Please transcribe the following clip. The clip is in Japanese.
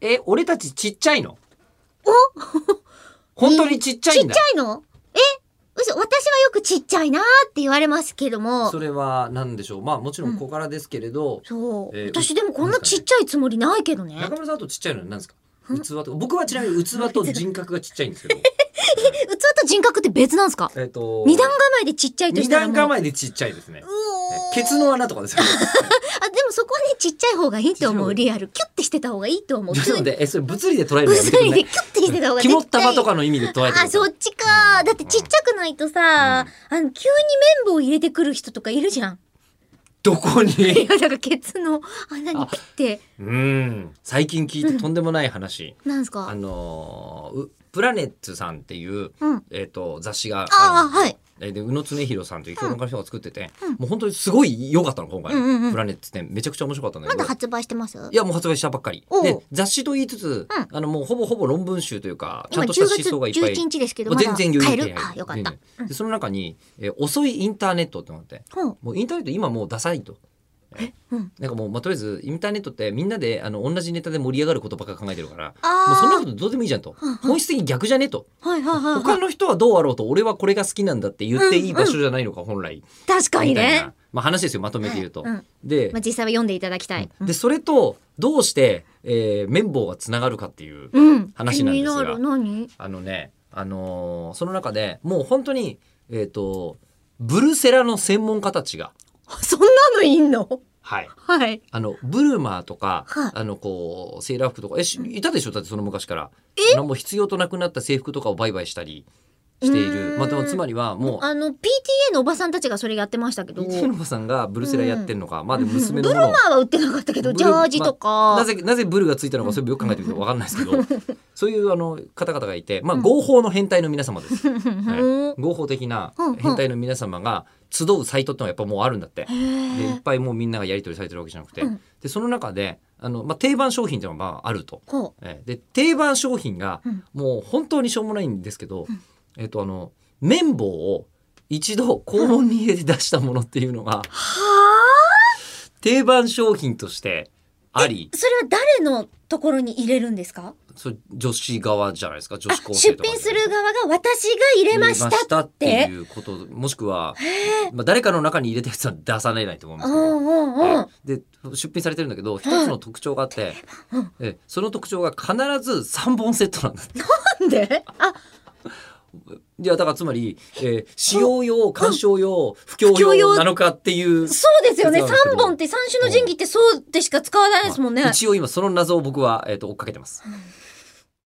え、俺たちちっちゃいのお 本当にちっちゃいんだ。ちっちゃいのえ嘘私はよくちっちゃいなーって言われますけども。それは何でしょうまあもちろん小柄ですけれど、そう、えー私でもこんなちっちゃいつもりないけどね。中村さんとちっちゃいのは何ですか器とか僕はちなみに器と人格がちっちゃいんですけ ど器と人格って別なんですかえっと二段構えでちっちゃいとし二たら段もう。構えでちっちゃいですねうおーケツの穴とかですよあ、でもそこはね、ちっちゃい方がいいと思ちっちう。ゃいリアル。キュッてしてた方がいいと思 う。なのでえそれ物理で捉えるのやめて物くださ理でいキュッてしてた方が絶対肝っ玉とかの意味で捉えてくあ、ださそいっちか。だってちっちゃくないとさ、あの、急に綿棒入れてくる人とかいるじゃん。どこいや、 にだからケツの穴にピッて。うん最近聞いてとんでもない話、なんですあかのーうプラネッツさんっていう、うん。えっと雑誌がああ、るんですよはい。えで宇野恒弘さんという評論家の人が作ってて、うんもう本当にすごい良かったの今回の、うんうんうんプラネッツってめちゃくちゃ面白かったんだまけどだ発売してますいやもう発売したばっかりおうで雑誌と言いつつ、うんあのもうほぼほぼ論文集というかちゃ今んとした10思月想がいっぱい11日ですけど、もうまだ全然余買え裕るあ、よかった。でその中に、えー遅いインターネットってのがあってほう。もうインターネット今もうダサいと。うん。なんかもう、まあ、とりあえずインターネットってみんなであの同じネタで盛り上がることばっか考えてるからあーもうそんなことどうでもいいじゃんとうんうん本質的に逆じゃねとはいはいはいは他い。の人はどうあろうと俺はこれが好きなんだって言っていい場所じゃないのか本来確かにみたいねな。、まあ、話ですよまとめて言うと。はいんでまあ、実際は読んでいただきたい。でそれとどうして、えー綿棒がつながるかっていううん。話なんですが気になる。何あのね、あのーその中でもう本当に、えっとブルセラの専門家たちが、そんなのいんのはい、 はい。あのブルマーとか、はいあのこうセーラー服とかえしいたでしょだってその昔からなんも必要となくなった制服とかを売買したりしていうーるんまあでもつまりはもう。あの、PTA のおばさんたちがそれやってましたけど。イチノバさんがブルセラやってんのか、まあでも娘のブもルのマーは売ってなかったけど、ジャージとか。なぜなぜブルがついたのかそれもよく考えてみてわかんないですけ どそういうあの方々がいて、まあ、合法の変態の皆様です、うんはい合法的なうんうん変態の皆様が集うサイトってのはやっぱもうあるんだってへでいっーぱいもうみんながやり取りされてるわけじゃなくてうんでその中であの、まあ、定番商品っていうのはまああると。ほえで定番商品がうんもう本当にしょうもないんですけど、えっとあの綿棒を一度高温に入れて出したものっていうのがう。は定番商品としてありあ。それは誰のところに入れるんですかそれ女子側じゃないですか女あ子、高生出とか品する側が私が入れましたっ入れましたってて。いうこともしくは、まあ、誰かの中に入れたやつは出されないと思うんでうすけどんうんうん。で出品されてるんだけど一つの特徴があって、うんえその特徴が必ず3本セットなんだって。なんであ、いやだからつまり、えー使用用鑑賞用不況不況用用なのかっていう、そうですよね。そうなんで三すけど本って三種の神器ってそうでしか使わないですもんね。一応今その謎を僕は、えー、と追っかけてます。